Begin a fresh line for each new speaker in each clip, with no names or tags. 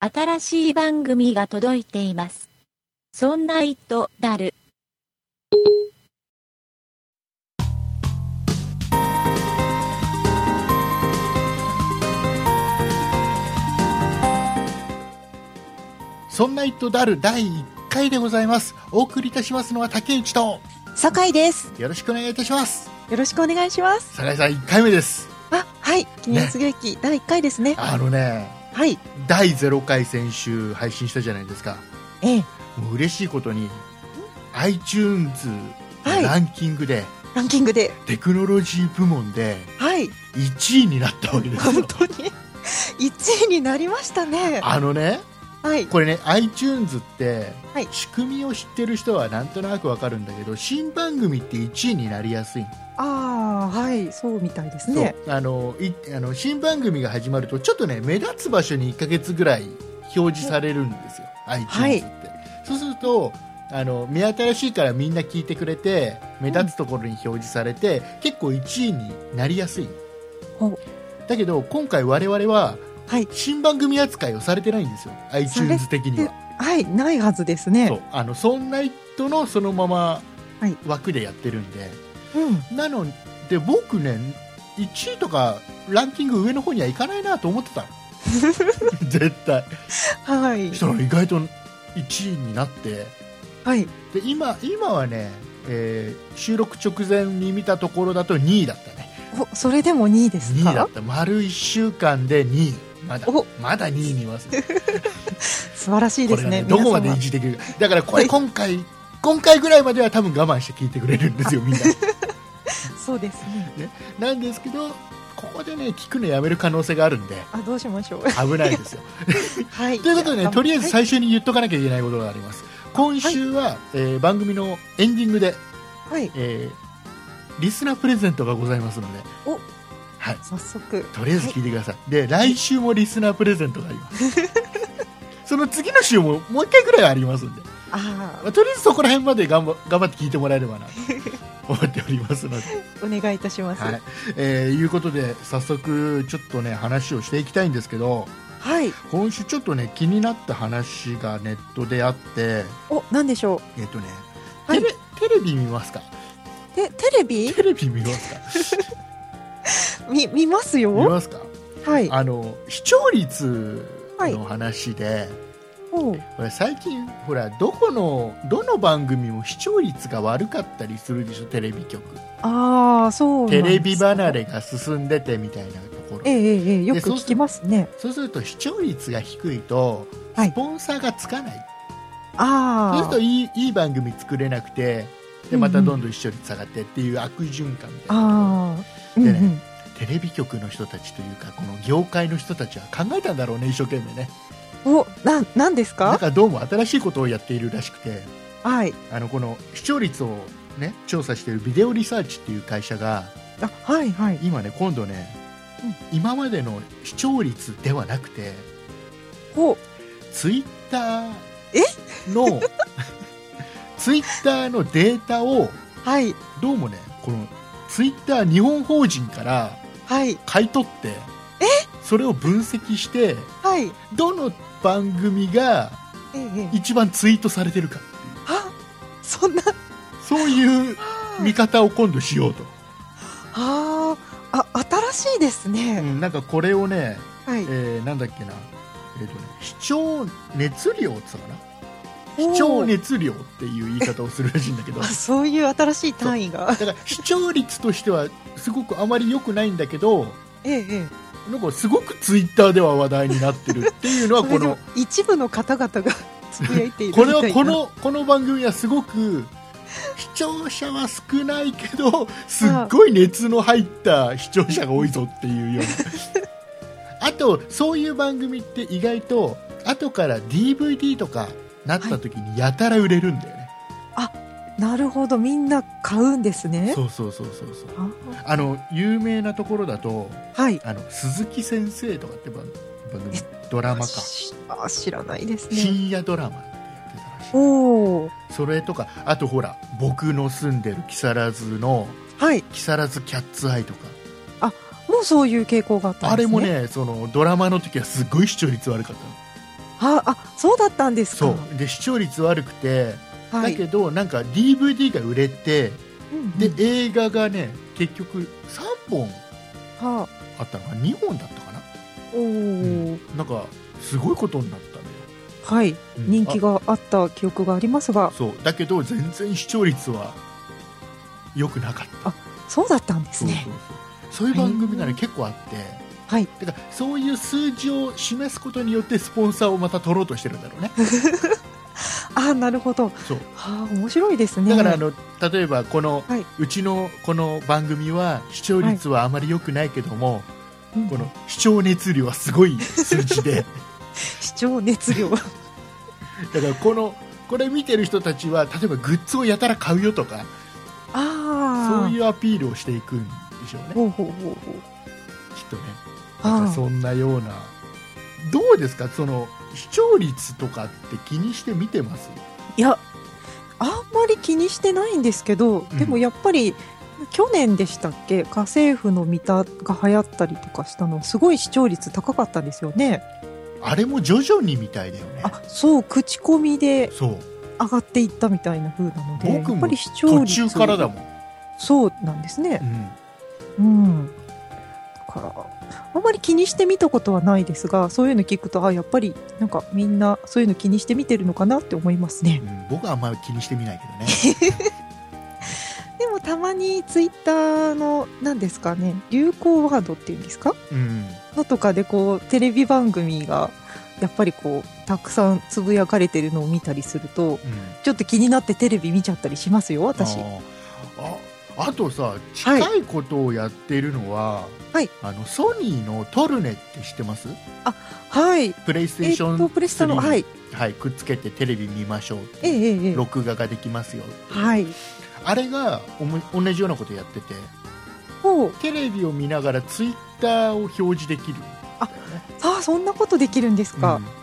新しい番組が届いています。そんな糸だる。
そんな糸である第1回でございます。お送りいたしますのは竹内と、
酒井です。
よろしくお願いいたします。
よろしくお願いします。
酒井さん、1回目です。
あ、はい。記念すべき第1回ですね。
あのね、
はい。
第0回先週配信したじゃないですか。
ええ。
もう嬉しいことに、iTunes
はい
のランキングで、
ランキングで。
テクノロジー部門で
はい。
1位になったわけです
本
よ。
当に1位になりましたね。
あのね、
はい。
これね、iTunes って
はい、
仕組みを知ってる人はなんとなくわかるんだけど、新番組って1位になりやすい。
ああ、はい。そうみたいです
そう
ね。
あのいあの新番組が始まるとちょっとね目立つ場所に1ヶ月ぐらい表示されるんですよ、iTunes って、そうするとあの目新しいからみんな聞いてくれて目立つところに表示されて、結構1位になりやすい
ほう
だけど今回我々は
はい。
新番組扱いをされてないんですよ iTunes 的には
はい。ないはずですね。
そうあのそんな人のそのまま
はい
枠でやってるんで、
うん。
なので僕ね1位とかランキング上の方にはいかないなと思ってたの 絶対
はい
そ。したら意外と1位になって
はい。
で今今はね、えー収録直前に見たところだと2位だったね
お、それでも2位です
2位だ
か
った丸1週間で2位まだ
お
まだ2位にい ます
素晴らしいで
こ
す
れ
ね。
がねどこまで
皆
維
様
持できるかだからこれ
はい
今回、今回ぐらいまでは多分我慢して聞いてくれるんですよ みんな
そうですね。
なんですけどここでね聞くのやめる可能性があるんで
あ、どうしましょう。
危ないですよ
はい。
ということで
じゃ
ね、とりあえず
はい
最初に言っとかなきゃいけないことがあります。今週は、えー番組のエンディングで、
はい。
えーリスナープレゼントがございますので、
お
はい、
早速。
とりあえず聞いてください。で、来週もリスナープレゼントがあり ます。その次の週ももう一回ぐらいありますんで、
あ
まあとりあえずそこら辺まで頑張頑張って聞いてもらえればな と思っております ので、
あ、お願いいたします。
はいえーいうことで早速ちょっとね話をしていきたいんですけど、
はい。
今週ちょっとね気になった話がネットであって、
お、なんでしょう。
えっとね、
はい
テレテレビ見ますか
でテレビ
テレビ見ますか
み見ます
見
よ。
ますか
はい。
あの視聴率の話で、
おう
これ最近ほらどこのどの番組も視聴率が悪かったりするでしょテレビ局
ああそうなんで
テ
す。
レビ離れが進んでてみたいなところ
ええええええよ
で
く
そう
聞きますね。
そうすると視聴率が低いと
はい
スポンサーがつかない、そうす
あ
る
あ
といいいい番組作れなくてでまたどんどん視聴率下がってっていう悪循環みたいな、
ああうんう
でね
ん。
テレビ局の人たちというかこの業界の人たちは考えたんだろうね一生懸命ね
おなんなんです
だ
か？
からどうも新しいことをやっているらしくて
はい。
あのこの視聴率を、ね、調査しているビデオリサーチっていう会社が
あはいはい。
今ね今度ね、今までの視聴率ではなくて
お
ツイッターの ツイッターのデータを
はい
どうもねこのツイッター日本法人から
はい
買い取ってそれを分析して
はい。
どの番組が
ええええ。
一番ツイートされてるかっていう
あそんな
そういう見方を今度しようと、
あああ新しいです
う
ね。
んなんかこれをね、
はい
え。ーなんだっけな、えーとね、視聴熱量って言ったか
お
な
ー
視聴熱量っていう言い方をするらしいんだけど
あそういう新しい単位が
だから視聴率としてはすごくあまり良くないんだけど
ええええ。
なんかすごくツイッターでは話題になってるっていうのは
そ
こ
れで
の
も一部の方々がつぶやいているみた
こ
い
れ
な。
はこのこの番組はすごく視聴者は少ないけ どすっごい熱の入った視聴者が多いぞっていうようなあとそういう番組って意外と後から DVD とかなった時にやたら売れるんだよね、
なるほどみんな買うんですね。
そうそうそうそうそう
あ
あの有名なところだと
はい。
あの鈴木先生とかって番番組ドラマか
しあ知らないですね。
深夜ドラマってやってたらしい
おお、
それとかあとほら僕の住んでる木更津の
はい。
木更津キャッツアイとか、
もうそういう傾向があった
あ
んで
れ
すね。
も。ねそのドラマの時はすごい視聴率悪かったの
ああそうだったんですか
そうで視聴率悪くて、
はい
だけどなんか DVD が売れて
うん
で、
うん
映画がね結局3本
はあ
あったのか2本だったかな
おお、
なんかすごいことになったのよ、
はい
うん
人気
あ
があった記憶がありますが
そうだけど全然視聴率は良くなかった
そうだったんですね
そうそうそうそういう番組がね結構あって
はい
だからそういう数字を示すことによってスポンサーをまた取ろうとしてるんだろうね
あなるほどは
そう
あ面白いですね
だからあの例えばこの、
はいう
ちのこの番組は視聴率はあまり良くないけども、
うん
この視聴熱量はすごい数字 で
視聴 熱量
だからこのこれ見てる人たちは例えばグッズをやたら買うよとか
ああ
そういうアピールをしていくんでしょうね
ほうほうほうほう
きっとね
あ
なんか
あ
そんなようなどうですかその視聴率とかって気にして見てます
いやあんまり気にしてないんですけど、
うん
でもやっぱり去年でしたっけ家政婦のミタが流行ったりとかしたのすごい視聴率高かったですよね
あれも徐々にみたいだよね
あそう口コミで
そう
上がっていったみたいな風なので
僕
やっ
も
ぱり視聴
途
率
中からだもん、
そうなんです
う
ね
ん、
うんだからあんまり気にしてみたことはないですがそういうの聞くとあやっぱりなんかみんなそういうの気にして見てるのかなって思いますね
うん僕はあんまり気にしてみないけどね
でもたまにツイッターの何ですかね流行ワード っていうんですか
うん
のとかでこうテレビ番組がやっぱりこうたくさんつぶやかれてるのを見たりすると
うん
ちょっと気になってテレビ見ちゃったりしますよ私
あーああとさ近いことをやってるのは、
はい
あのソニーのトルネって知ってます
はい
プレイステ
え
ー
っ
ション、
とプレスタの
3
はい
はい、くっつけてテレビ見ましょうって
ええええええ
録画ができますよ
はい
あれがおも同じようなことやってて
ほう
テレビを見ながらツイッターを表示できるんだよね
あそんなことできるんですか、
うんだか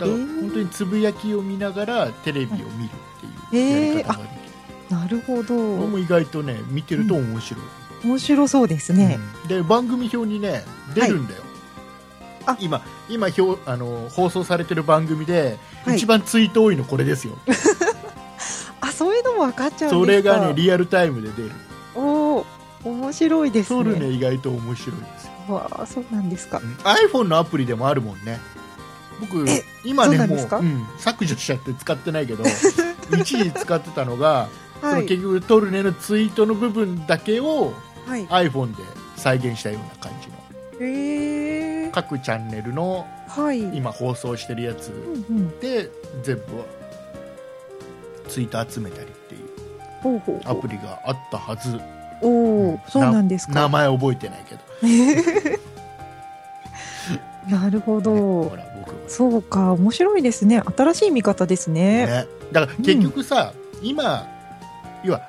ら
えー
本当につぶやきを見ながらテレビを見るっていうやり方ができる、
なるほど
これも意外とね見てると面白い、
面白そうですね、
うんで番組表にね出るんだよ、
はいあ
今今表あの放送されてる番組で、
はい
一番ツイート多いのこれですよ
あそういうのも分かっちゃう
そ
んで
れ
すか
がねリアルタイムで出る
おお面白いです
ソ
ね
ルね意外と面白いですよ、
わあそうなんですか
うん iPhone のアプリでもあるもんね僕
え
今ね
そうなん
も
で
う
すか、
うん削除しちゃって使ってない けど一時使ってたのが、そ
は
の
い
結局トルネのツイートの部分だけを
はい
iPhone で再現したような感じの
へえ
各チャンネルの
はい
今放送してるやつ
うんうん
で全部ツイート集めたりっていう
ほうほうほ
ア
う
プリがあったはず
おお、
うん
そうなんです
名
か。
前覚えてないけど
なるほ
ね
ど
ほ。ら僕も
そうか、面白いですね。新しい見方ですね。
ねだから結局さ、今要は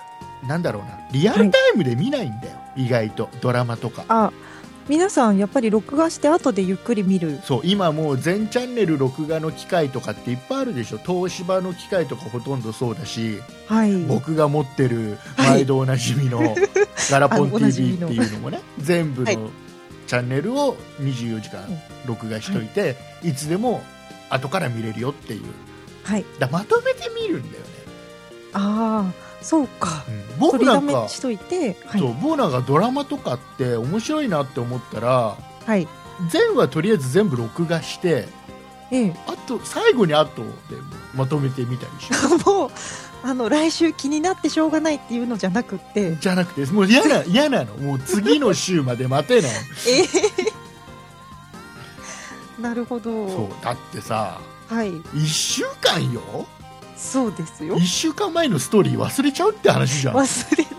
なんだろうなリアルタイムで見ないんだよ、意外とドラマとか
あ、皆さんやっぱり録画して後でゆっくり見る。
そう今もう全チャンネル録画の機械とかっていっぱいあるでしょ東芝の機械とかほとんどそうだし、
はい。
僕が持ってる毎度おなじみの、ガラポン
あのおなじ
TV っ
み
て
の
いうのもね全部
はい
のチャンネルを24時間
うん
録画しといて、い、つでも後から見れるよっていう
はい。
だまとめて見るんだよね、
ああ、そうか
う。ん
取
僕
り
な
だ
んか
めしといて。は
そう
い。
僕なんかドラマとかって面白いなって思ったら
はい。
全話とりあえず全部録画して
ええ。
あと最後に後でまとめてみたりします
もう、 あの、来週気になってしょうがないっていうのじゃなくって。
じゃなくてもう嫌な嫌なのもう次の週まで待て ない
ええ。 なるほど。
そうだってさ
はい。
1週間よ
そうですよ
1。週間前のストーリー忘れちゃうって話じゃん
忘れない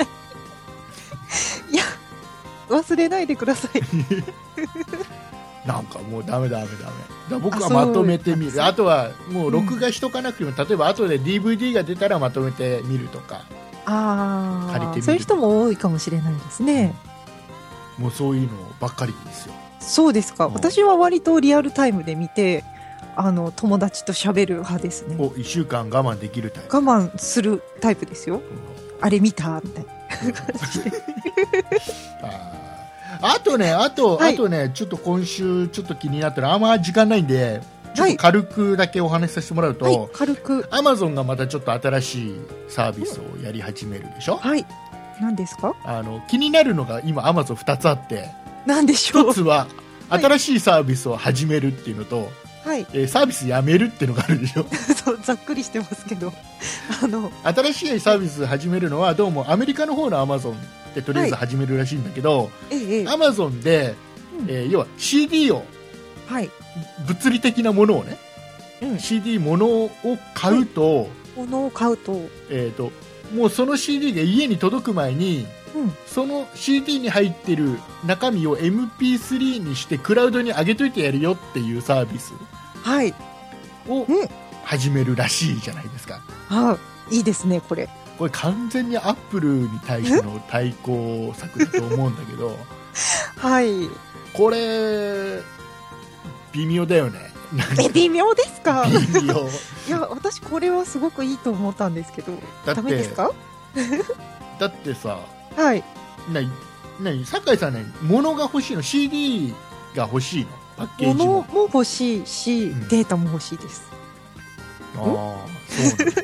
いや忘れないでく ださい
なんかもうダメダメダメだから僕は
あそう
まとめてみ
そう
るあとはもう録画しとかなくても、例えば後で DVD が出たらまとめてみるとか
あ
借りてみ
あ
る
そういう人も多いかもしれないですね、
もうそういうのばっかりですよ
そうですか
うん
私は割とリアルタイムで見てあの友達と喋る派ですね
お1週間我慢できるタイプ
我慢するタイプですよあれ見たみたいな
あーあとねあと、
はい
あとねちょっと今週ちょっと気になったのあんま時間ないんでちょっと軽くだけお話しさせてもらうと、
はい、軽く。
アマゾンがまたちょっと新しいサービスをやり始めるでしょ、
はい。何ですか
あの気になるのが今アマゾン2つあって
何でしょう
1つは
はい
新しいサービスを始めるっていうのと、
はい。
えーサービスやめるっていうのがあるでしょ
そうざっくりしてますけど。 あの、
新しいサービス始めるのはどうもアメリカの方のアマゾンでとりあえず始めるらしいんだけど、
ええええ
アマゾンで、
うん
えー要は CD を
はい。
物理的なものをね、
うん
CD ものを買うと,、
物を買うと、うん。
えー、ともうその CD が家に届く前にその CD に入ってる中身を MP3 にしてクラウドに上げといてやるよっていうサービス
はい。
を
うん
始めるらしいじゃないですか、
あ、いいですね、これ。
これ完全にアップルに対しての対抗策だと思うんだけ ど
はい。
これ微妙だよねなん
え、微妙ですか
か 微妙
いや、私これはすごくいいと思ったんですけど。
だって
ダメですか
だってさ
はい。
なになに酒井さん何物が欲しいの CD が欲しいのパッケージ
物
の
も欲しいし、
うん
データも欲しいです。
ああそう なんだ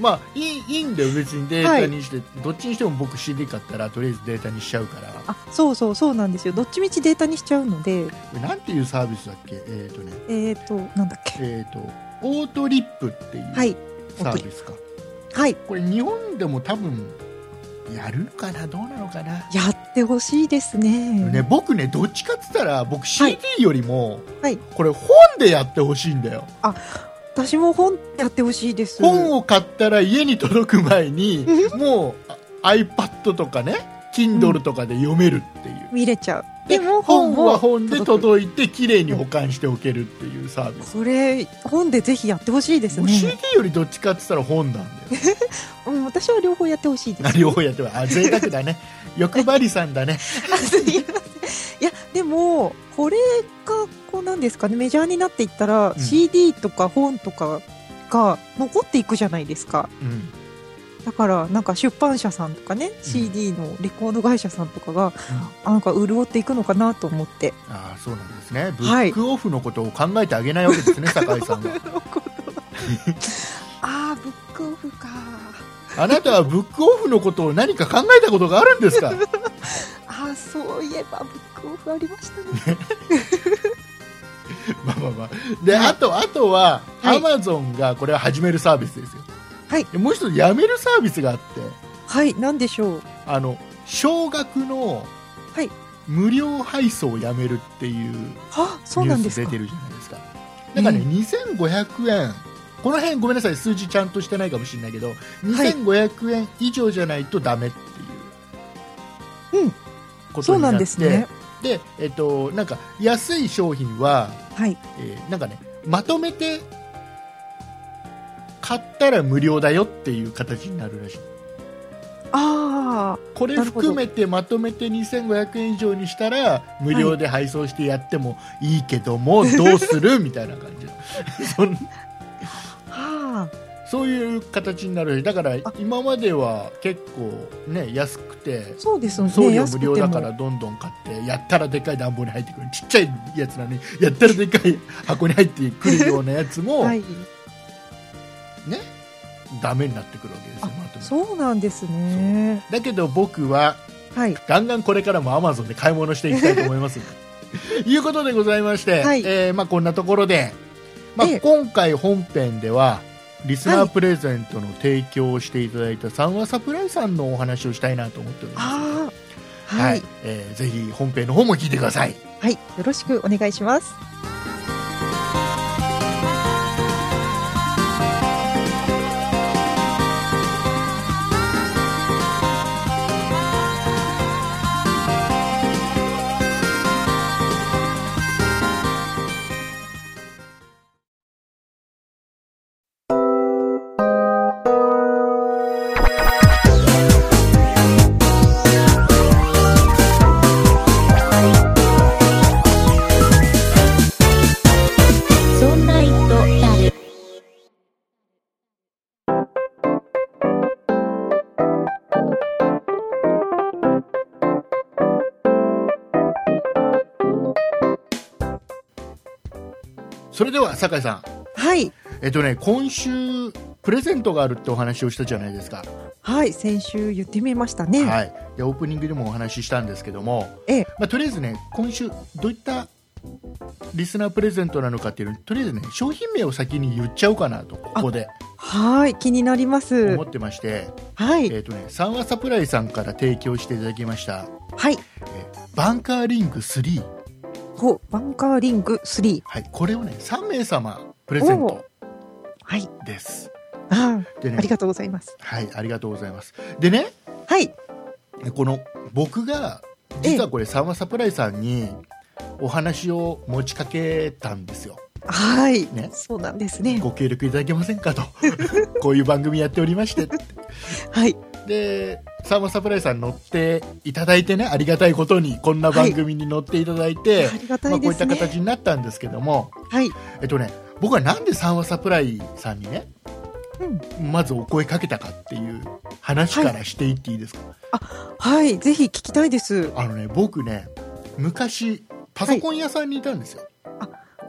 まあいいいいんだよ別にデータにして、どっちにしても僕 CD 買ったらとりあえずデータにしちゃうから
あ、そうそうそうなんですよ。どっちみちデータにしちゃうので、
これなんていうサービスだっけえっ、とね
えっ、と、なんだっけ。
えっ、とオートリップっていう
はい。
サービスか、
はい。
これ日本でも多分やるかなどうなのかな、
やってほしいですね。
ね、僕ねどっちかっつったら僕
はい
CD よりも、
はい
これ本でやってほしいんだよ、
私も本やってほしいです。
本を買ったら家に届く前にもうあ iPad とかね Kindle とかで読めるっていう、
見れちゃう。
で
でも
本
本
は
を
本で
届く
届いて綺麗に保管しておけるっていうサービス、
それ本でぜひやってほしいです
もう
ね
CD。よりどっちかって言ったら本なんだよ
うん、私は両方やってほし いです。
両方やってもあ贅沢だね欲張りさんだね
あすいませんいやでもこれがこうなんですかねメジャーになっていったら、
ん
CD とか本とかが残っていくじゃないですか。
うん
だからなんか出版社さんとかね、CD のレコード会社さんとかがあなんか潤っていくのかなと思って。
ああそうなんですねブ
はい
ックオフのことを考えてあげないわけですね、酒井さんは
ああブックオフか。
あなたはブックオフのことを何か考えたことがあるんです か
ああそういえばブックオフありましたね。
まあまあまあ、で、あと、あとは、
は
ア
い
マゾンがこれは始めるサービスですよ。
はい
でもう一つ、やめるサービスがあって、
はい、なんでしょう。
あの、少額の、
はい
無料配送をやめるっていうニ
あ、そうな
ュ
ん
ー
で
ス
す
出
か
て。るじゃないですか。なんかね、
う
2500円。この辺ごめんなさい、数字ちゃんとしてないかもしれないけど、
い
2500円以上じゃないとダメっていう。
うん
こと
そう
にな
な
っ
ん
て
ですね。。
で、えっと、なんか、安い商品は、
はい。
えーなんかねまとめて買ったら無料だよっていう形になるらしい
あ
これ
なるほど
含めてまとめて2500円以上にしたら無料で配送してやってもいいけども、どうするみたいな感じのそん
あ、あ
そういう形になるだから
あ
今までは結構ね安くて
あ、そうですね。
送料
安
無
くて
料
も
だからどんどん買ってやったらでかい暖房に入ってくるちっちゃいやつなのにやったらでかい箱に入ってくるようなやつも、
はい。
ダメになってくるわけですよ、
あ
まとめて
そうなんですね。
だけど僕は
はい。
ガンガンこれからもアマゾンで買い物していきたいと思い ますいうことでございまして、
はい
えーまあ、こんなところで、まあ
ええ、
今回本編ではリスナープレゼントの提供をしていただいた三和サプライさんのお話をしたいなと思っております
ああ、はい、
えーぜひ本編の方も聞いてください
はい。よろしくお願いします。
それでは酒井さん
はい
えっとね今週プレゼントがあるってお話をしたじゃないですか、
はい先週言ってみましたね、
はい、でオープニングでもお話ししたんですけども、
ええ
まあ、とりあえずね今週どういったリスナープレゼントなのかっていうのとりあえずね商品名を先に言っちゃおうかなとここで
はい気になります
思ってまして、
はい
えっとね、サンワサプライさんから提供していただきました
はい
バンカーリング3、
おバンカーリング3
はい、これをね3名様プレゼント
はい
です
あー
でね
ありがとうございます
はい、ありがとうございますでね
はい
この僕が実はこれサンワサプライさんにお話を持ちかけたんですよ
はい、
ね
そうなんですね
ご協力いただけませんかと こういう番組やっておりまして
はい
でサンワサプライさん乗っていただいてねありがたいことにこんな番組に乗っていただいて、
ありがた
まあ、
い
こう
で
いった
すね、
形になったんですけども、
はい
えっとね、僕はなんでサンワサプライさんにね、
うん
まずお声かけたかっていう話からしていっていいですか、
はいぜひ聞きたいです
あのね僕ね昔パソコン屋さんにいたんですよ、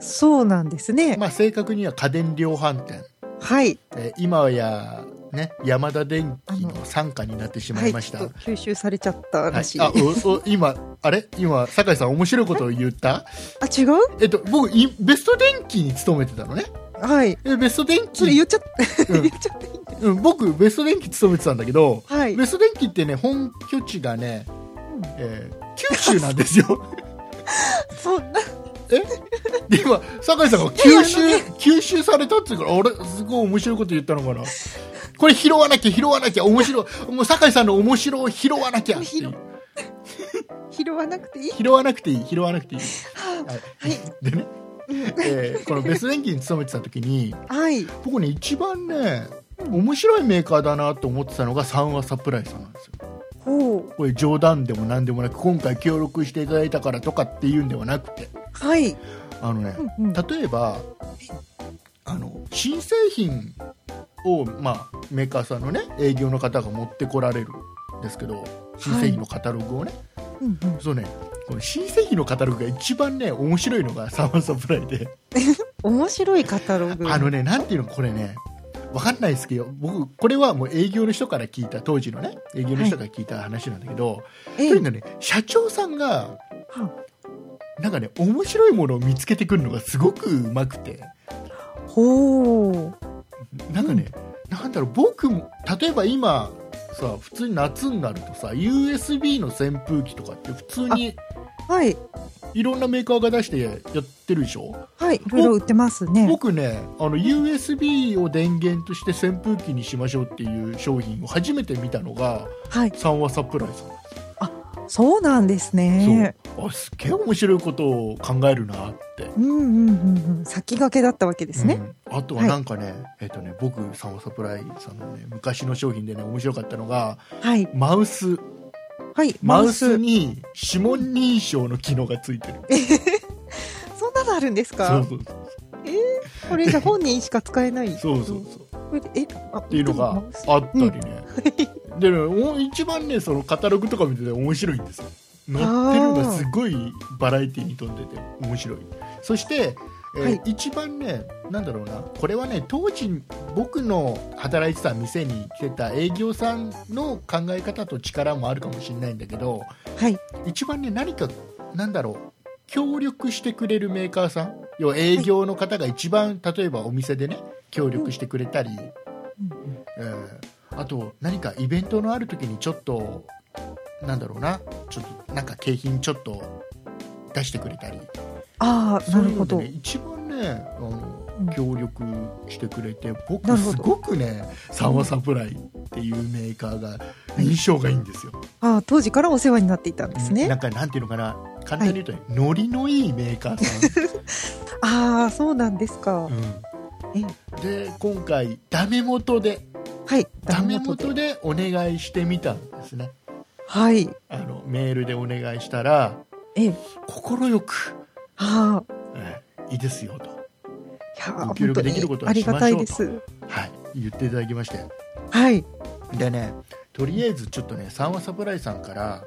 そうなんですね
まあ、正確には家電量販店、
はい
えー今や、ね、山田電機の傘下になってしまいました、
は
はい
い、ちょっと吸収されちゃったらしい、
あおお今あれ今酒井さん面白いことを言った
あ違う
えっと僕いベスト電機に勤めてたのね
はい
えベスト電
それ言
機、
っちゃった、
うん
言っちゃっていいんだ
うん、僕ベスト電機勤めてたんだけど、
はい
ベスト電機ってね本拠地がね、えー九州なんですよ
そんな
で今酒井さんが吸収
いやいや
吸収されたっていうからあれすごい面白いこと言ったのかなこれ拾わなきゃ拾わなきゃ面白いもう酒井さんの面白を拾わなきゃっていう
拾わなくていい
拾わなくていい拾わなくていい、
は
はい、でね、えーこのベスト電機に勤めてた時に
あはい
僕ね一番ね面白いメーカーだなと思ってたのが三和サプライさんなんですよ
ほう
これ冗談でも何でもなく今回協力していただいたからとかっていうんではなくて
はい、
あのね、
うんうん
例えばあの新製品を、まあ、メーカーさんのね営業の方が持ってこられるんですけど新製品のカタログをね、
うんうん、
そうねこの新製品のカタログが一番ね面白いのがサマーサプライで、
面白いカタログ
あのねなんていうのこれねわかんないですけど僕これはもう営業の人から聞いた当時のね営業の人から聞いた話なんだけど、
え
というのね社長さんが
は
なんかね面白いものを見つけてくるのがすごくうまくて
ほう
なんかね、なんだろう僕も例えば今さ普通に夏になるとさ USB の扇風機とかって普通に
はい
いろんなメーカーが出してやってるでしょ、
はいいろいろ売ってますね
僕ねあの USB を電源として扇風機にしましょうっていう商品を初めて見たのが
はい
サンワサプライさん
そうなんですね
そうあすっげえ面白いことを考えるなって
うんうんうんうん先駆けだったわけですね、
うん、あとはなんかね、えっ、とね僕サンワサプライさんのね昔の商品でね面白かったのが
はい
マウス
はい
マウスに指紋認証の機能がついてる
そんなのあるんです
そ
か
うそう
これじゃ本人しか使えない
そうそうそうそう
これでえあ
っていうのがあったりね、でねお一番ねそのカタログとか見てて面白いんですよ載ってるのがすごいバラエティに富んでて面白いそして、えー
はい
一番ねなんだろうなこれはね当時僕の働いてた店に来てた営業さんの考え方と力もあるかもしれないんだけど
はい
一番ね何かなんだろう協力してくれるメーカーさん要は営業の方が一番、例えばお店でね協力してくれたり、えーあと何かイベントのある時にちょっとなんだろうなちょっとなんか景品ちょっと出してくれたり
ああ
そ
な
うい
る
うの
ほ
で
ど
ね一番ねあの
うん
協力してくれて
な
僕
るほ
す
ど
ごくねサンワサプライっていうメーカーが印象がいいんですよ。
ああ当時からお世話になっていたんです
な
ね
んかなんていうのかな簡単に言うとね、ノリのいいメーカーさ
ああ そうなんですか
ん、
え
で今回ダメ元で
はい
ダメ
元
元
で
でお願いしてみたんですね
はい
あのメールでお願いしたら
ええ
快く、
ああ
ええいいですよと、
いや
ご
ー
協力
本当に
できることは
ありがたいで
し
す
はい、言っていただきまして
はい
でねとりあえずちょっとねサンワサプライさんから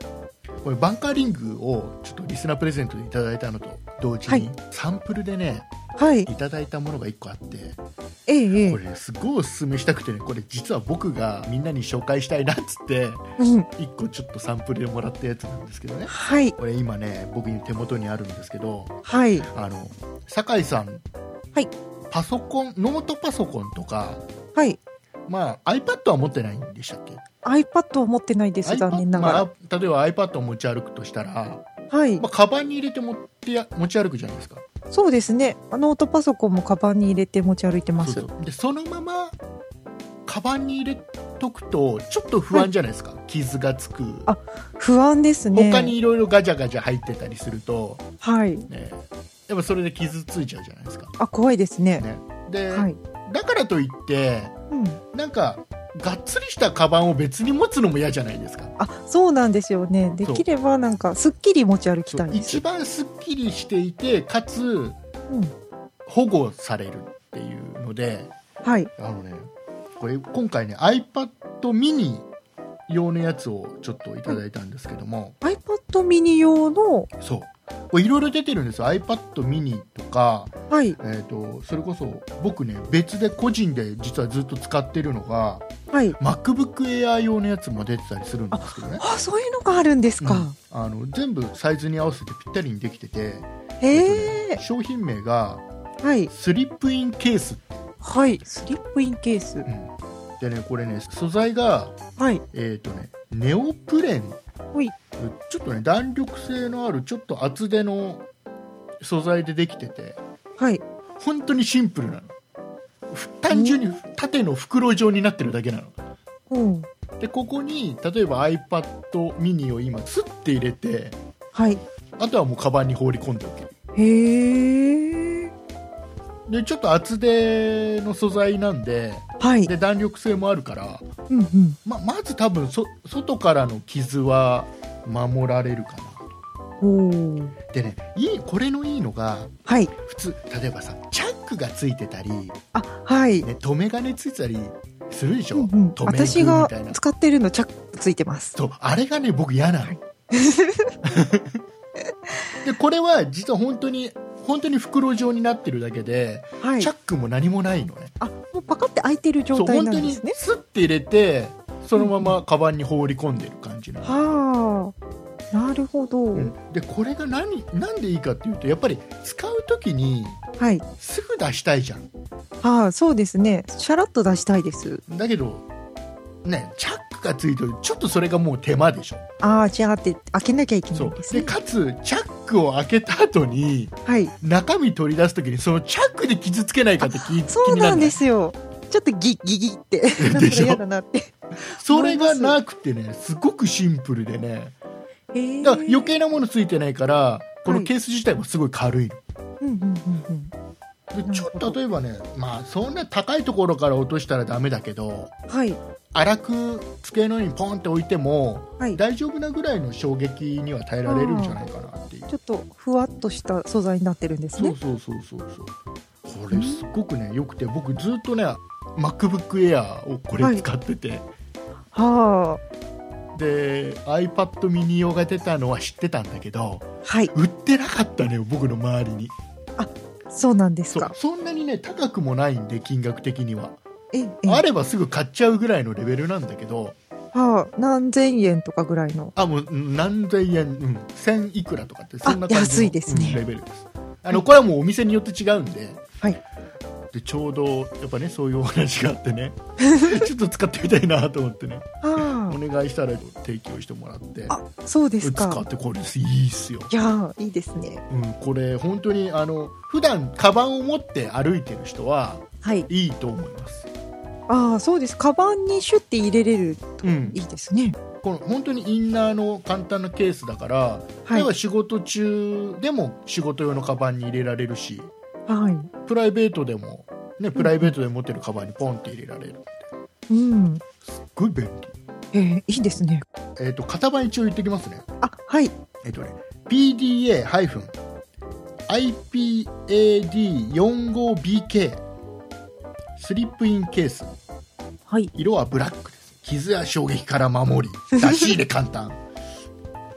これバンカーリングをちょっとリスナープレゼントでいただいたのと同時に、
はい
サンプルでね
はい
いただいたものが1個あって
ええええ
これすごいおすすめしたくてねこれ実は僕がみんなに紹介したいなっつって
うん
1個ちょっとサンプルでもらったやつなんですけどね
はい
これ今ね僕に手元にあるんですけど
はい
あの酒井さん、
はい
パソコンノートパソコンとか、
はい
まあ、iPad は持ってないんでしたっけ
iPad を持ってないです残
iPad
念ながら、
まあ例えば iPad を持ち歩くとしたら、
はい
まあ、カバンに入れて持ってや持ち歩くじゃないですか
そうですねノートパソコンもカバンに入れて持ち歩いてます
そうそうでそのままカバンに入れとくとちょっと不安じゃないですか、傷がつく
あ不安ですね
他にいろいろガチャガチャ入ってたりすると、
はい
ね、やっぱそれで傷ついちゃうじゃないですか
あ怖いですね
ねで、
はい、
だからといって
うん、
なんかがっつりしたカバンを別に持つのも嫌じゃないですか
あそうなんですよねできればなんかすっきり持ち歩きたいです
一番すっきりしていてかつ
うん、
保護されるっていうので
はい
あのねこれ今回ね iPad mini 用のやつをちょっといただいたんですけども、
iPad ミニ用の
そうこれいろいろ出てるんですよ iPad mini とか、
はい
えー、とそれこそ僕ね別で個人で実はずっと使ってるのが
はい
MacBookAir 用のやつも出てたりするんですけどね
あそういうのがあるんですか、
うんあの全部サイズに合わせてぴったりにできてて、
へ
えっと
え
ね商品名が
はい
スリップインケース、
はいスリップインケース
うんでねこれね素材が
はい
えっ、とねネオプレン
ほい
ちょっとね弾力性のあるちょっと厚手の素材でできてて
はい
本当にシンプルなのふ単純に縦の袋状になってるだけなの
うん
でここに例えば iPad ミニを今スッて入れて
はい
あとはもうカバンに放り込んでおける
へえ
でちょっと厚手の素材なんで
はい
で弾力性もあるから、
うんうん
ままず多分そ外からの傷は守られるかな
おー
でねいいこれのいいのが
はい
普通例えばさチャックがついてたり、ね、
あはい、
留め金ついてたりするでしょ、
うんうん、
留め具
私
み
が
たいな
使ってるのチャックついてます
そうあれがね僕嫌なの、 でこれは実は本当に本当に袋状になってるだけで、
はい
チャックも何もないのね
あもうパカって開いてる
そ
状
う
態
本
な
当
んで
に
すね
スッて入れてそのままカバンに放り込んでる感じなの、
はあなるほど、
うんでこれが何なんでいいかっていうとやっぱり使う時に
はい
すぐ出したいじゃん
はあそうですねシャラッと出したいです
だけどねチャックがついてるちょっとそれがもう手間でしょ
ああじゃあって開けなきゃいけな
そ
いん
う
です
で
ね
かつチャックを開けた後に
はい
中身取り出す時にそのチャックで傷つけないかって気気
そう
にな
な
る
ん
の
ですよちょっとギッギギってなん
でし
か
ょ
嫌だなって
それがなくてねすごくシンプルでね
へえ
だから余計なものついてないからこの
はい
ケース自体もすごい軽いの
うんうんうんうん
で
ほど
ちょっと例えばね、まあ、そんな高いところから落としたらダメだけど
はい
荒く机の上にポンって置いても
はいち
大丈夫なぐらいの衝撃には耐えられるんじゃないかなっていう、
ょっとふわっとした素材になってるんです
そう
ね
そうそうそうそうこれすごくねよくて僕ずっとね MacBookAir をこれ使ってて、
は
で iPad ミニ用が出たのは知ってたんだけど
あはい
売ってなかったのよ僕の周りに
そうなんです
そう
か
そんなにね高くもないんで金額的には
ええ
あればすぐ買っちゃうぐらいのレベルなんだけど
はあ何千円とかぐらいの
あもううん何千円、うん、1000いくらとかってそんな感じの
あ安いですね
うんレベルですあのこれはもうお店によって違うんで,、
はい
でちょうどやっぱねそういうお話があって ねちょっと使ってみたいなと思ってねお
は
願いしたら提供してもらって
ああそうです
使っ
か
てこれですいいっすよ、
いやーいいですね
うん、これ本当にあの普段カバンを持って歩いてる人は
はい
いいと思います、
ああそうですカバンにシュッて入れれると
うん
いいですね、
この本当にインナーの簡単なケースだから、
はい
例えば仕事中でも仕事用のカバンに入れられるし
はい
プライベートでも、ね、プライベートで持ってるカバンにポンって入れられる、
うん
すっごい便利、
えー、いいですね
えー、と型番一応言ってきますね
あはい
えっ、とね PDA-IPAD45BK スリップインケース
はい
色はブラックです傷や衝撃から守 り出し入れ簡単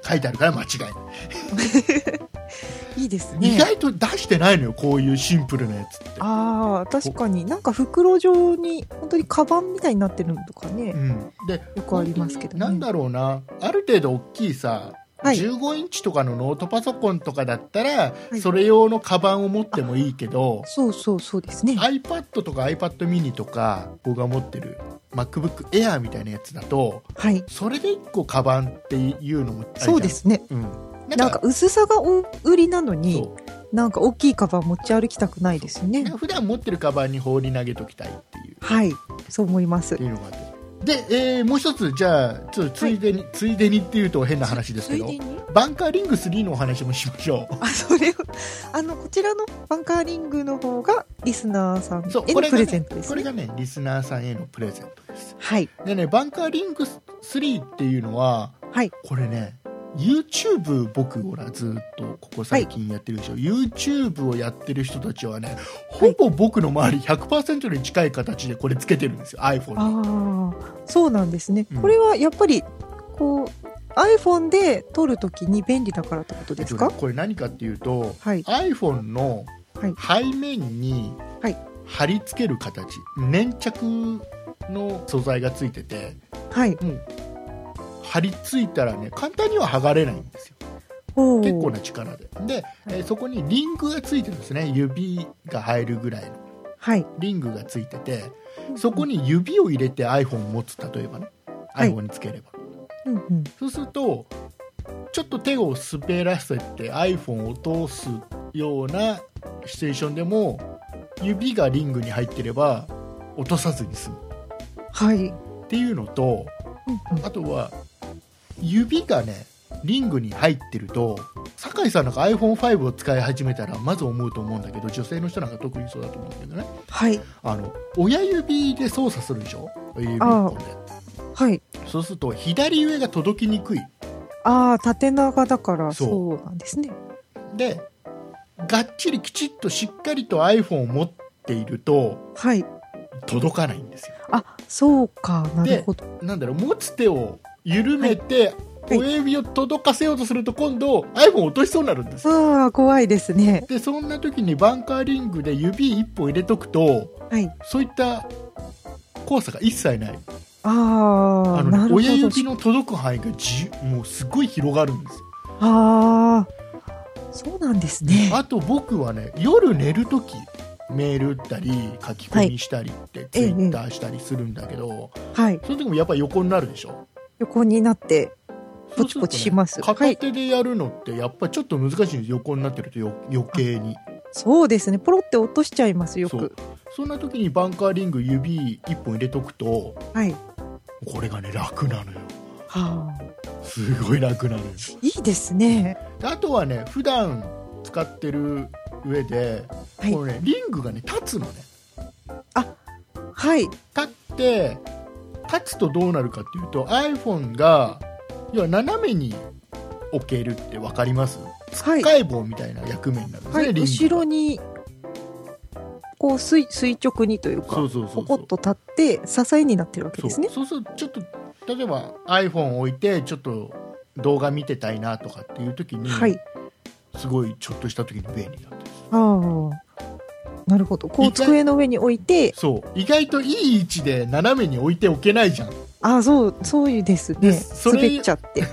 書いてあるから間違いない
いいです
意
ね。
外と出してないのよこういうシンプルなやつって
ああ、確かになんか袋状に、本当にカバンみたいになってるのとか
う
ね、
ん、で
よくありますけどね。
なんだろうなある程度大きいさ、
はい。
15インチとかのノートパソコンとかだったら、
はい
それ用のカバンを持ってもいいけど、
そうそうそうですね。
iPad とか iPad mini とか僕が持ってる MacBook Air みたいなやつだと
はい。
それで1個カバンっていうのもあるじゃん
そうで、すね。
うん、なんか
なんか薄さがお売りなのに、
そ
なんか大きいカバン持ち歩きたくないですよ
う
ね
なん。か普段持ってるカバンに放り投げときたいっていう
はい。そう思います
って。いうのがあってで、えーもう一つじゃあちょっとついでに、ついでにっていうと変な話ですけど
ついでに
バンカーリング3のお話もしましょう
あ、それを、あの、こちらのバンカーリングの方が、リスナーさんへ
そう
の
これ
プ
が
レ
ね
ゼントです
これ
ね。
がねリスナーさんへのプレゼントです
はい。
でねバンカーリング3っていうのは、
はい
これね YouTube 僕ほらずっとここ最近やってるでしょ、YouTube をやってる人たちはねほぼ僕の周り100%に近い形でこれつけてるんですよ iPhone に
ああ、そうなんですね。
うん
これはやっぱり、こう、iPhone で撮るときに便利だからってことです
えっ
か
とねこれ何かっていうと
はい。
iPhone の
はい
背面に
はい
貼り付ける形、粘着の素材がついてて
はい。
貼り付いたらね簡単には剥がれないんですよ
おー
結構な力でで、えーそこにリングがついてるんですね指が入るぐらいの
はい。
リングがついててそこに指を入れて iPhone を持つ例えばね
はい
iPhone につければ、
うんうん。
そうするとちょっと手を滑らせて iPhone を通すようなシチュエーションでも指がリングに入ってれば落とさずに済む
はい。うんうん
っていうのとあとは指がねリングに入ってると酒井さんなんか iPhone5 を使い始めたらまず思うと思うんだけど女性の人なんか特にそうだと思うんだけどね
はい。
あの親指で操作するでしょ親指一本で
はい。
そうすると左上が届きにくい
ああ、縦長だから、
そう
そうなんですね。
でがっちりきちっとしっかりと iPhone を持っていると
はい。
届かないんですよ
あ、そうか。なるほど。
なんだろう持つ手を緩めて、
い
親指を届かせようとすると今度 iPhone を落としそうになるんですよ
ああ、怖いですね。
でそんな時にバンカーリングで指一本入れとくと
はい。
そういった怖さが一切ない
あ
あの
あ、
ね
なるほど。
親指の届く範囲がじもうすごい広がるんですよ
ああ、そうなんですね。
あと僕はね夜寝る時メール打ったり書き込みしたりって、ツイッターしたりするんだけど、
はい。
その時もやっぱ横になるでしょ
横になって、
そうするとね
ポチポチします
片手でやるのってやっぱりちょっと難しいんです横になってるとよ余計に
そうですね。ポロって落としちゃいます、よ
そう
く。
そんな時にバンカーリング指一本入れとくと
はい。
これがね楽なのよ
はあ、
すごい楽なのよ
いいですね。
であとはね普段使ってる上で、
はい
このねリングがね立つのね
はい。
立って立つとどうなるかっていうと iPhone が要は斜めに置けるって分かります
はい。
解棒みたいな役目になるんです
は
ね、
い。
リング
後ろに、こう垂、垂直にとい
そ
うか
う、そうそ
ポ
う
コ
そ
ッ
う
と立って、支えになってるわけ
そう
ですね。
そうするとちょっと例えば iPhone 置いてちょっと動画見てたいなとかっていう時に、
はい。
すごいちょっとした時に便利だった
ああ。なるほど。こう、
一回
机の上に置いて、
そう意外といい位置で斜めに置いておけないじゃん
ああ、そう、そういうですね。
それ
滑っち ゃって。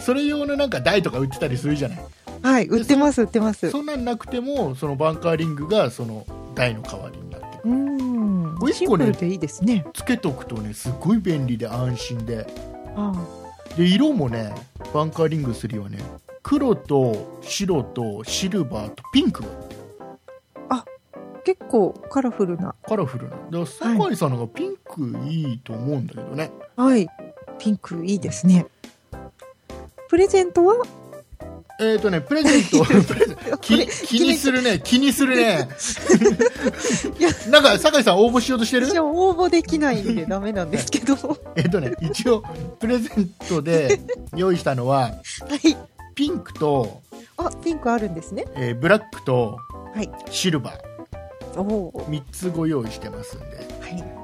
それ用のなんか台とか売ってたりするじゃない
はい。売ってます、売ってます。
そんなんなくてもそのバンカーリングがその台の代わりになってる
うん
これ。
シ
一
ン
個
プ
ね
ルでいいですね。
つけとくとねすごい便利で安心で
ああ。
で色もねバンカーリング3はね黒と白とシルバーとピンクが
結構カラフルな
カラフルなで酒井さんのがピンクいいと思うんだけどね、
はいピンクいいですねプレゼントは
えっ、ー、とねプレゼントプレゼント
これ
気気にするね気にするね
いや
なんか酒井さん応募しようとしてる
私は応募できないんでダメなんですけどは
えっ、とね一応プレゼントで用意したのはいピンクと、
あピンクあるんですね
えーブラックと
はい
シルバ
おお
ー3つご用意してますんで
はい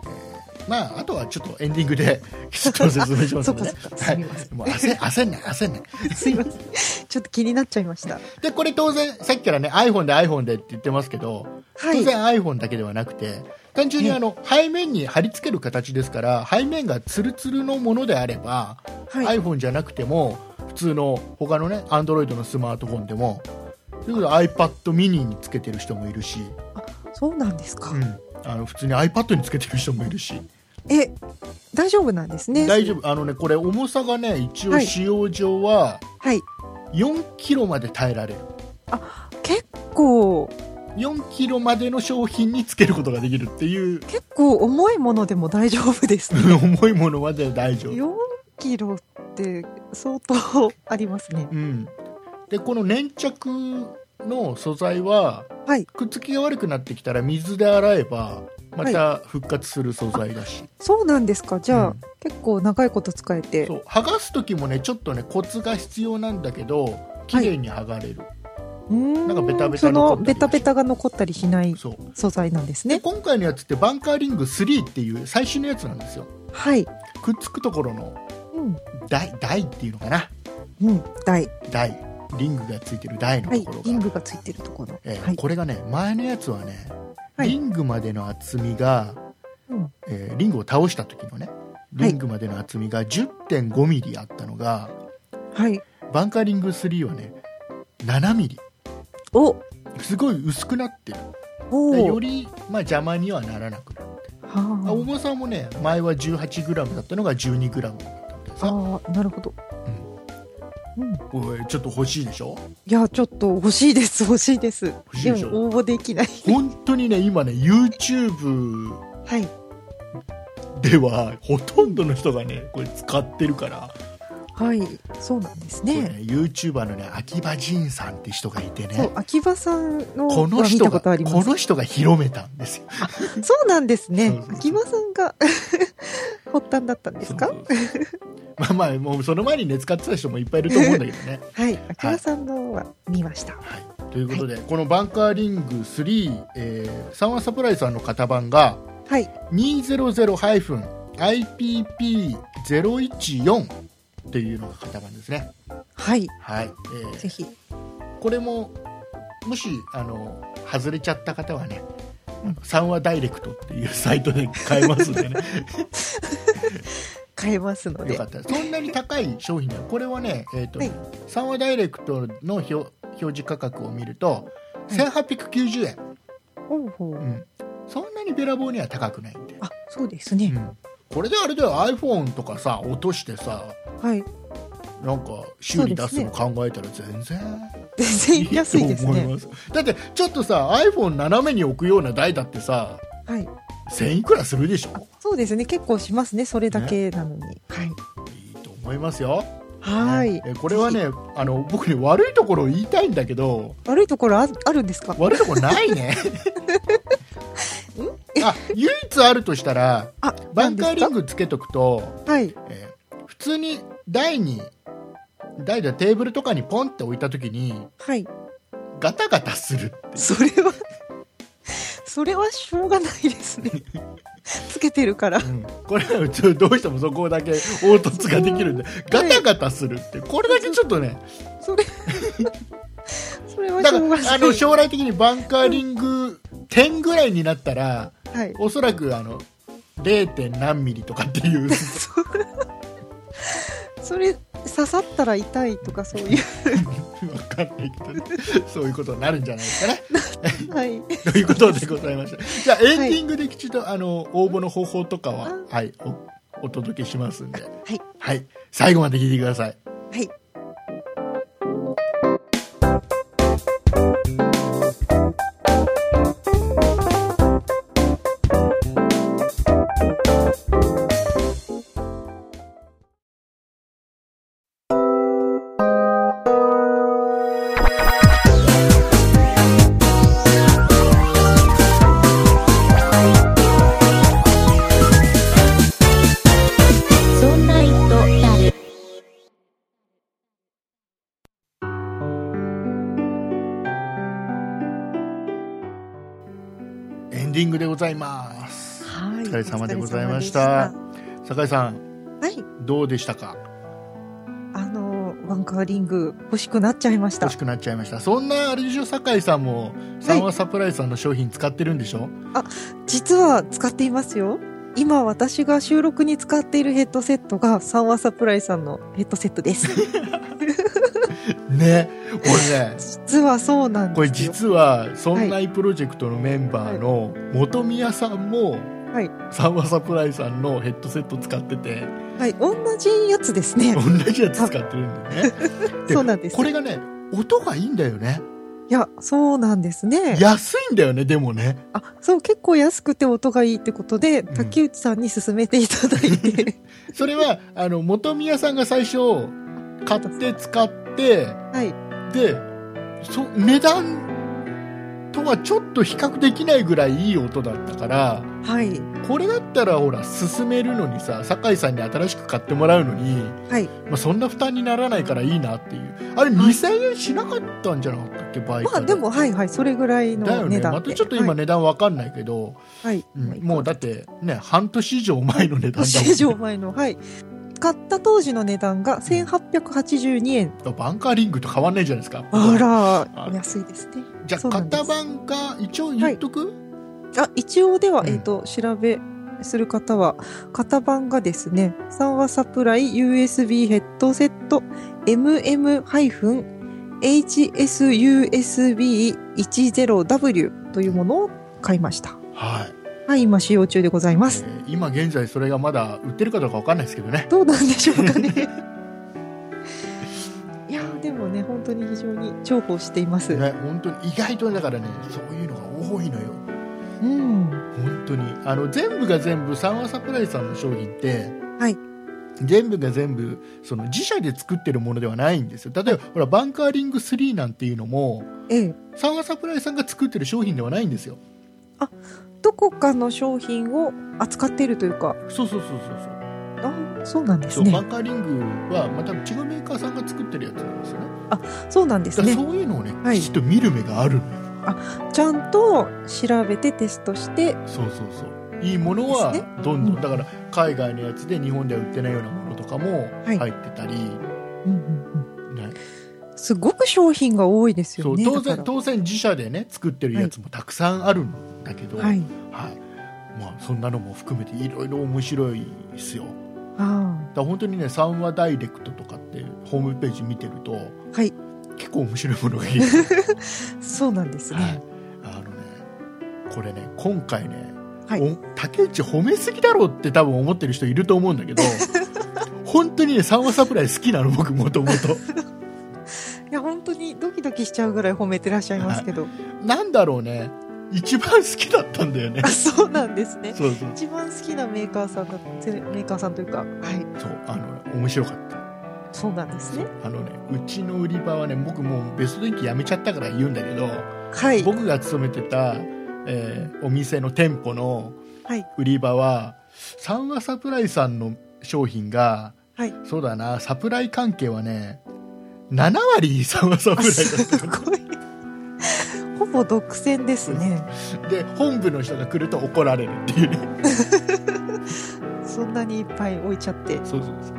まあ、あとはちょっとエンディングできちっと説明します
そっ
の
か
で、ね
そっか、
は
す
い
みません、
もう焦焦んない焦んない
すみませんちちょっと気になっちゃいました。
でこれ当然さっきからね iPhone で iPhone でって言ってますけど、
は
当
い。
然 iPhone だけではなくて単純にあの背面に貼り付ける形ですから背面がツルツルのものであれば、
はい。
iPhone じゃなくても普通の他のね Android のスマートフォンでもそれこそ iPad mini につけてる人もいるし、
そうなんですか。
うん、あの普通に iPad につけてる人もいるし、
え、大丈夫なんですね。
大丈夫あのねこれ重さがね一応
はい
使用上は
はい。
4キロまで耐えられる
結構、
4キロまでの商品につけることができるっていう
結構重いものでも大丈夫ですね。
重いものまでは大丈夫、
4キロって相当ありますね。
うん、でこの粘着の素材は
はい。
くっつきが悪くなってきたら水で洗えばまた復活する素材だし、
そうなんですか。じゃあ、
うん
結構長いこと使えて
そ。う剥がす時もねちょっとねコツが必要なんだけど綺麗に剥がれる、
うーん
なんかベタベタ
そ
残
の
ったり
ベタベタが残ったりしない
そう
素材なんです
で
ね。
今回のやつってバンカーリング3っていう最新のやつなんですよ
はい。
くっつくところの
うん。
台台っていうのかな
うん。台。
台リングがついてる台の
は
と
い
ころ。が、
リングがついてるところ。
えー
はい。
これがね前のやつはね、
はい
リングまでの厚みが、
うん
えーリングを倒した時のねリングまでの厚みが1 0 5ミリあったのが
はい。
バンカーリング3はね7ミリ
お
すごい薄くなってる
お
でよ
ー
り、まあ、邪魔にはならなくなってあ
は
重さもね前は 18g だったのが 12g だったんで
あ
さ
あーなるほど、うんい
おいちょっと欲しいでしょ
やちょっと欲しいです 欲しいです
しい
で
でしょ
も応募できない
本当にね今ね YouTube
はい
ではほとんどの人がねこれ使ってるから
はいそうなんです
そう
ね
ね、YouTuber のね秋葉仁さんって人がいて
そう
ね
秋葉さんの
この
は見
人が
たこ
こと
あります
の人が広めたんですよ
そうなんですね
そうそうそう
秋葉さんが 発端だったんですか
そうそうそうまあまあもうその前にね使ってた人もいっぱいいると思うんだけどね、
はい秋葉さんのは見ました
はい、ということで、このバンカーリング3、えーサンワサプライさんの型番が
はい
200-IPP014 というのが型番ですね
はい
はい、えー
ぜひ
これももしあの外れちゃった方はねあの三話ダイレクトっていうサイトで買えますんで ね
買えますの
よ
で
かったらそんなに高い商品だこれはね、えーと
はい
三話ダイレクトの表表示価格を見ると
い
1890円、
ほうほ
う
う
んそんなにべらぼうには高くないんで、
あそうですね、
うんこれであれだよ iPhone とかさ落としてさ
はい
なんか修理出すの考えたら全然
全然 安いです
と思い
ね
ますだってちょっとさ iPhone 斜めに置くような台だってさ
はい
1000いくらするでしょ
そうですね結構しますねそれだけなのに、はい
いいと思いますよ、
はい
ねえこれはねあの僕ね悪いところを言いたいんだけど
悪いところああるんですか
悪いところない ねあ唯一あるとしたら
あ
バンカーリン
グ
グつけとくと、
はい
えー普通に台に台でテーブルとかにポンって置いた時に
はい
ガタガタするって
それはそれはしょうがないですねつけてるから
いう、うんこれはちょどうしてもそこだけ凹凸ができるんでガタガタするってこれだけちょっとね
それそれは
だ
し
か
ょうが
ら
な
あ
い
の将来的にバンカーリング10ぐらいになったら
はい
おそらくあの 0. 何ミリとかっていう
そそれ刺さったら痛いとかそうい
わかんないけどねそういうことになるんじゃないかな
うはい
ということでございましたじゃあエンディングできちんとあの応募の方法とかは、はい、おお届けしますんで、
い
はい、最後まで聞いてください
はい
そんな糸だる。
エンディングでございます
は
お
い
疲れ様でございまし
お疲れ
た
様で
酒井さん
したはい
どうでしたか
あのワンンカーリング欲しくなっちゃいました
欲しくなっちゃいましたそんなあれでしょ酒井さんも三和サプライズさんの商品使ってるんでしょ、
実は使っていますよ今私が収録に使っているヘッドセットが三和サプライさんのヘッドセッ トです
ねこれ ね
実はそうなんですよ
これ実はそんないプロジェクトのメンバーの本宮さんも、
はい
三和サプライズさんのヘッドセット使ってて
はい同じやつで すね
同じやつ使ってるんだよねで
そうなんです
これがね音がいいんだよね
いやそうなんですね
安いんだよねでもね
あそう結構安くて音がいいってことで
ん
竹内さんに勧めていただい て、
それ はあの本宮さんが最初買って使って
はい
でそ値段とはちょっと比較できないぐらいいい音だったから
はい
これだったらほら進めるのにさ酒井さんに新しく買ってもらうのに、
はい
まあ、そんな負担にならないからいいなっていうあれ2000円しなかったんじゃなかったっけ倍
まあでもはいはいそれぐらい
だよ
の
ね
値段で、
またちょっと今値段わかんないけど、
はい、
うん もうだってね半年以上前の値段だもん、ね、
年以上前のはい買った当時の値段が1882円
バンカーリングと変わんないじゃないですか
あら
あ
安いですね
じゃあ
そうなんです
型番か一応言っとく、
あ一応では、
うん
えっ、と調べする方は型番がですね三和サプライ USB ヘッドセット MM-HSUSB10W というものを買いました
はい、
はい今使用中でございま
え
す
ー今現在それがまだ売ってるかどうかわかんないですけどね
どうなんでしょうか ねいやーでもね本当に非常に重宝しています、
ね本当に意外とだからねそういうのが多いのよ
うん
本当にあの全部が全部三和サプライズさんの商品って
はい
全部が全部その自社で作ってるものではないんですよ例えばほらバンカーリング3なんていうのも
ええ
三和サプライズさんが作ってる商品ではないんですよ
どこかの商品を扱っているというか
そうそうそうそうそう
あそうなんで
そ
す
う、
ね
バンカーリングはまた違うメーカーさんが作ってるやつなんですよね。
そうなんです
だから
ね。
そういうのをね、
はい
きちっと見る目があるのよ。
ちゃんと調べてテストして、
そうそうそう。いいものは
です
どんどん、
うん
だから海外のやつで日本では売ってないようなものとかも
は
入
い
ってたり、ね
すごく商品が多いです
そ
よ
う
ね。
当
だか
然当然自社でね作ってるやつもたくさんあるんだけど、
らはい。
はいまあそんなのも含めていろいろ面白いですよ。
あ
だから本当にね三話ダイレクトとかってホームページ見てると
あ、はい。
結構面白いものがいい。
そうなんです
はい
ね。、
あのねこれね今回ね、
はい
お竹内褒めすぎだろって多分思ってる人いると思うんだ けど本当にね三和サプライズ好きなの僕もともと
いや本当にドキドキしちゃうぐらい褒めてらっしゃいますけど、
なんだろうね一番好きだったんだよね
あそうなんですね。
そうそう
一番好きなメーカーさんだぜメーカーさんというか、はい。
そうあのね面白かった
そうなんですね。
あのねうちの売り場はね僕もうベスト電機やめちゃったから言うんだけど、
はい。
僕が勤めてた、えーお店の店舗の
はい
売り場は、サン和サプライさんの商品が、
はい
そうだなサプライ関係はね7割 サン和サプラ
あ
イだっ
すごい。ほぼ独占ですね。
たで本部の人が来ると怒られるっていうね
そんなにいっぱい置いちゃって。
そうそうそう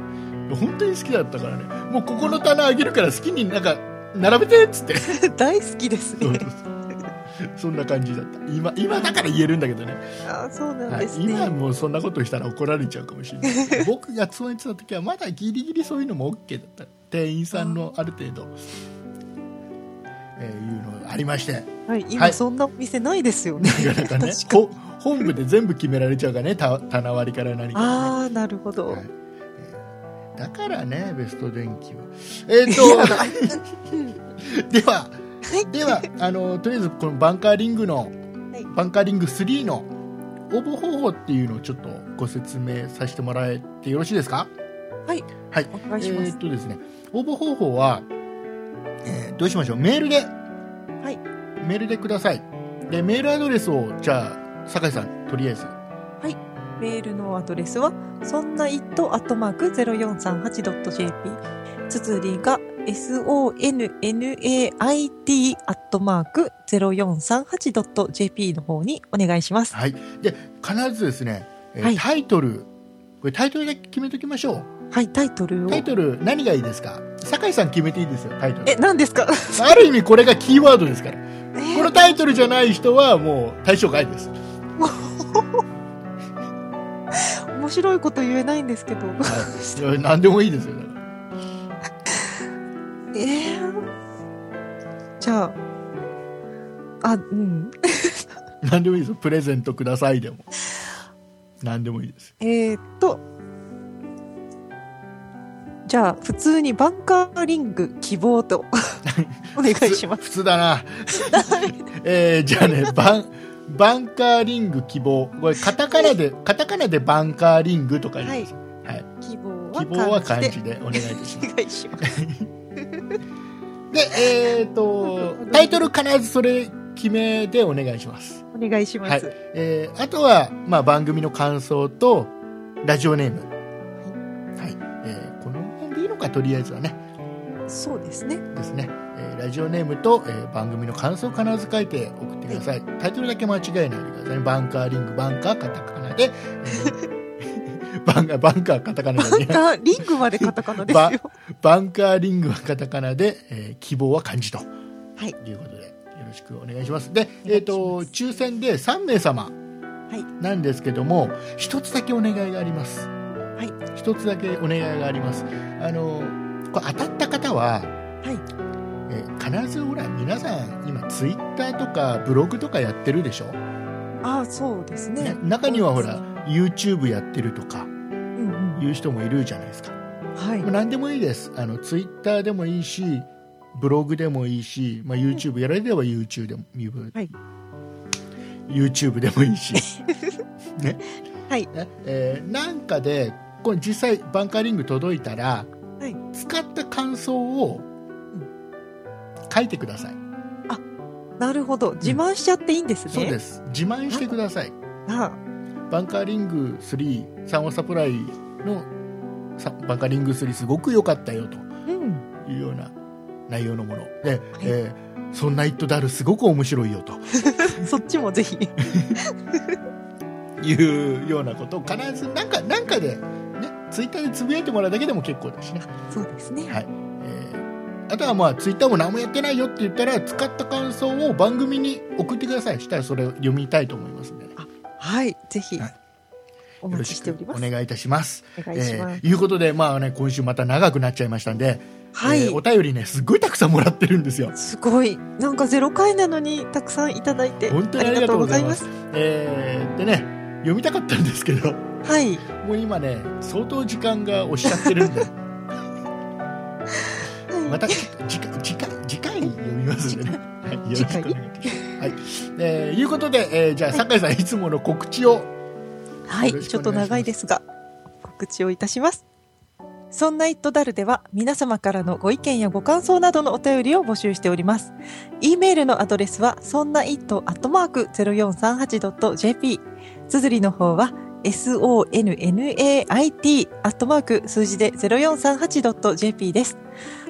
本当に好きだったからねもうここの棚あげるから好きになんか並べてっつって
大好きです
そう
ね。
そう そうそんな感じだった今今だから言えるんだけどね
あそうなん
はい
ですね。
今はもうそんなことしたら怒られちゃうかもしれない 僕が勤めてた時はまだギリギリそういうのも OK だった店員さんのある程度えーいうのがありまして
はい、
は
今
い
そんなお店ないですよね。
なかなかね
確かに
ほ本部で全部決められちゃうからねた棚割りから何から、ね
ああ、なるほど。
はいえーだからねベスト電気はえっ、
やだ
と ではではあのとりあえずこのバンカーリングの、
い
バンカーリング3の応募方法っていうのをちょっとご説明させてもらえてよろしいですか
はい、
はい
お願いしま
え
す
ーっ。とですね応募方法は、えーどうしましょうメールではいメールでくださいでメールアドレスをじゃあ酒井さんとりあえず
メールのアドレスは、そんな it.0438.jp。つづりが、sonnait.0438.jp の方にお願いします。
はいで必ずですね、えー
はい
タイトルこれタイトルだけ決めときましょう
はい、タイトルを
タ。イトル何がいいですか酒井さん決めていいですよタイト
え、
ル
何ですか
ある意味これがキーワードですから
え
このタイトルじゃない人はもう対象外です、はい
面白いこと言えないんですけど。
いや、何でもいいですよ
えー、じゃあ、あ、うん。
何でもいいですよプレゼントくださいでも何でもいいです
えー、っと、じゃあ、普通にバンカーリング希望とお願いします。
普通だな、えーじゃあねバンバンカーリング希望これカタカナでカタカナでバンカーリングとか言うんですよ、はい
希望
希望は
は
漢
感じ て
字でお願いいたします
お願いします。
で、えー、と、タイトル必ずそれ決めでお願いします。
お願いします。
はえー、あとは、まあ、番組の感想と、ラジオネーム。はい。えー、この辺でいいのか、とりあえずはね。
そうですね。
ですね。えー、ラジオネームと、えー、番組の感想を必ず書いて送ってください。タイトルだけ間違えないでくださいね。バンカーリング、バンカー、カタカナで。えー バンカー、バンカー、カタカナ
バン
で、ね。
カーリングまでカタカナですよ。
ばバンカーリングはカタカナで、えー希望は漢字と。
はい
ということで、よろしくお願いします。で、えっ、
お
と、
願いし
抽選で3名様
い
なんですけども、一つだけお願いがあります。
い
一つだけお願いがあります。あの、これ当たった方は、
い
えー必ずほら、皆さん、今、ツイッターとかブログとかやってるでしょ、
ああ、そうです
ね
ね。
中にはほら
そうで、
YouTube やってるとか、
うんうん。
いう人もいるじゃないですか。
はい
まあ、。何でもいいですあのツイッターでもいいしブログでもいいし、まあ、YouTube やられれば YouTube でも、
はい
YouTube でもいい し、ね
はい
ねえーなんかでこれ実際バンカーリング届いたら、
はい
使った感想を書いてください、
なるほど。自慢しちゃっていいんですね。。
そうですす自慢してください
あ
バンカーリング3サンオサプライのさバンカーリング3すごく良かったよと
あうん。
いうような内容のもので、えーそんな「イット・ダル」すごく面白いよと
そっちもぜひ。
いうようなことを必ずなんかなんかで、ね、ツイッターでつぶやいてもらうだけでも結構ですね、
そうですね。
はいえーあとはまあツイッターも何もやってないよって言ったら使った感想を番組に送ってくださいしたらそれを読みたいと思いますんでね、
はい。ぜひ
はい。
お
よろ
待ち
し
してお
く
り
お
ます。
願いいたします。
お願いします
えーいうことで、まあね、今週また長くなっちゃいましたんで、
は
え
い
ーお。便りね、すごいたくさんもらってるんですよ。
すごい。なんかゼロ回なのにたくさんいただいて。
本当にありがとうございます
ありがとう
えーでね、読みたかったんですけど、
ございます。
もう今ね相当時間が押しちゃってるんで
はい。はい
また次回次回次回に読みますんでね、はい、よろしくお願いします。はい、えー、いうことで、えー、じゃあ酒井さんいつもの告知を
はい、
よろし
ち
くお
ょっ
願いします
と長いですが、告知をいたします。そんな「イットダル」では皆様からのご意見やご感想などのお便りを募集しております。e メールのアドレスはそんな「イット」アットマーク 0438.jp 綴りの方は sonnait アットマーク数字で 0438.jp です。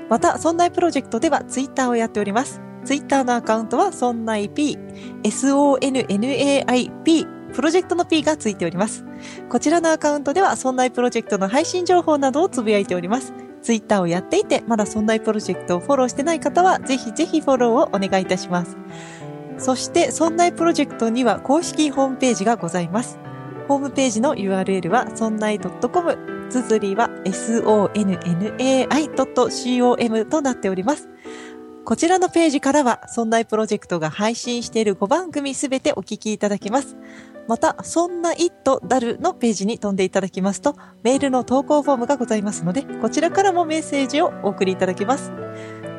また、そんないプロジェクトではツイッターをやっております。ツイッターのアカウントはそんない p sonnaip プロジェクトの p がついております。こちらのアカウントでは、そんないプロジェクトの配信情報などをつぶやいております。ツイッターをやっていて、まだそんないプロジェクトをフォローしてない方は、ぜひぜひフォローをお願いいたします。そして、そんないプロジェクトには公式ホームページがございます。ホームページの URL は、そんない .com、つづりは sonnai.com となっております。こちらのページからは、そんないプロジェクトが配信している5番組すべてお聞きいただけます。また、そんな it だるのページに飛んでいただきますと、メールの投稿フォームがございますので、こちらからもメッセージをお送りいただけます。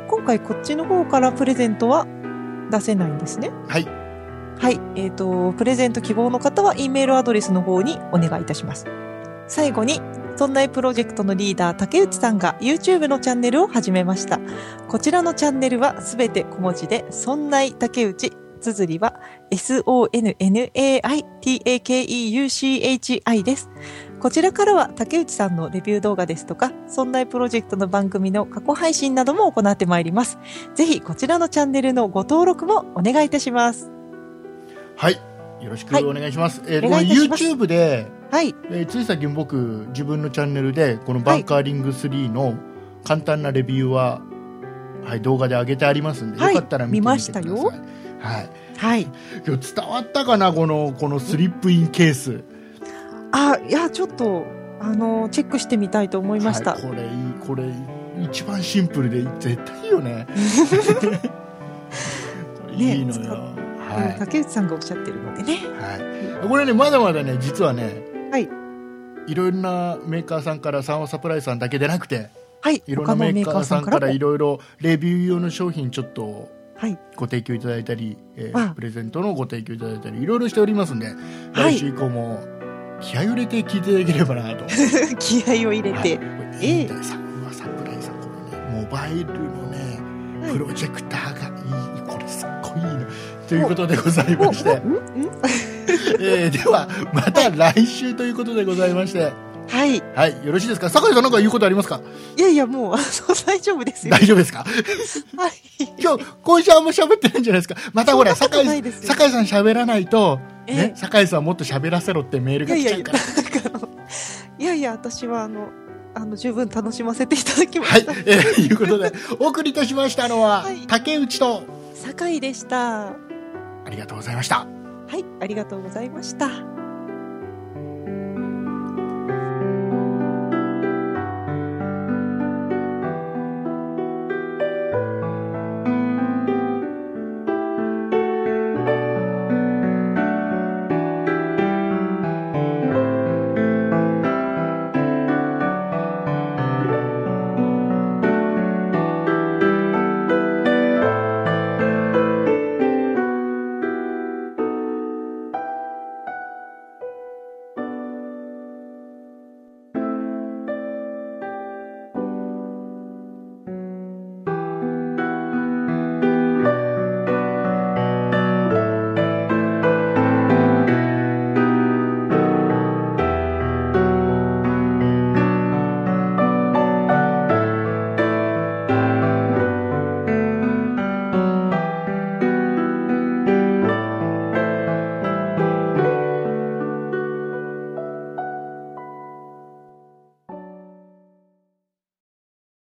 今回こっちの方からプレゼントは出せないんですね。
はい
はい。えっ、と、プレゼント希望の方は、E メールアドレスの方にお願いいたします。最後に、そんないプロジェクトのリーダー、竹内さんが YouTube のチャンネルを始めました。こちらのチャンネルはすべて小文字で、そんない竹内、綴りは sonnaitakeuchi です。こちらからは竹内さんのレビュー動画ですとか、そんないプロジェクトの番組の過去配信なども行ってまいります。ぜひこちらのチャンネルのご登録もお願いいたします。
はいよろしくお願いします。えー
お願いいたします
これ YouTube で
はい。
えーつい先僕自分のチャンネルでこのバンカーリング3の簡単なレビューは、はい動画で上げてありますんで、
はい
よかったら見てみてください
見
は
まし
い、
はい。
今日伝わったかなこのこのスリップインケース
あ、いや、ちょっと、あの、チェックしてみたいと思いました。
はい、これいいこれいい一番シンプルで絶対いい よねこれいいのよ、
ね使っうん
は
竹内さんがおっしゃってるのでね。
い、はい、これねまだまだね実はね
はい
いろんなメーカーさんからサンワサプライズさんだけでなくて
はい。
いろん
他
な
の
メ
メ
ー
ー
カ
カー
ーさ
さ
ん
ん
か
からら
い
も。
ろいろレビュー用の商品ちょっと
はい。
ご提供いただいたり、えー
わあ
プレゼントのご提供いただいたりいろいろしておりますんで、
い
来週以降も気合を入れて聞いていただければなと
気合を入れて。
はい、
ええ
インタさんはサプライズさんこのねモバイルのね
はい
プロジェクターがいいこれすっごいいいのということでございまして、
おおんん
えーではまた来週ということでございまして
はい。
はいよろしいですか酒井さんなんか言うことありますか
いやいや、もう、あの、 大丈夫ですよ。
大丈夫ですか
はい。
今日今週あんま喋ってないんじゃないですかまたほら
そん
酒
なこと
井
ないですよ
酒井さん喋らないと、
え
ね、酒井さんもっと喋らせろってメール
い
が
やい
来ち
や
ゃう
いや、
か
な
ら
んかあの、いやいや、私はあの、あの、十分楽しませていただきま
はい
した。はい。、
えー、いうことでお送りいたしましたのは、
はい
竹内と
酒井でした。は
ありがとうございました
い、ありがとうございました。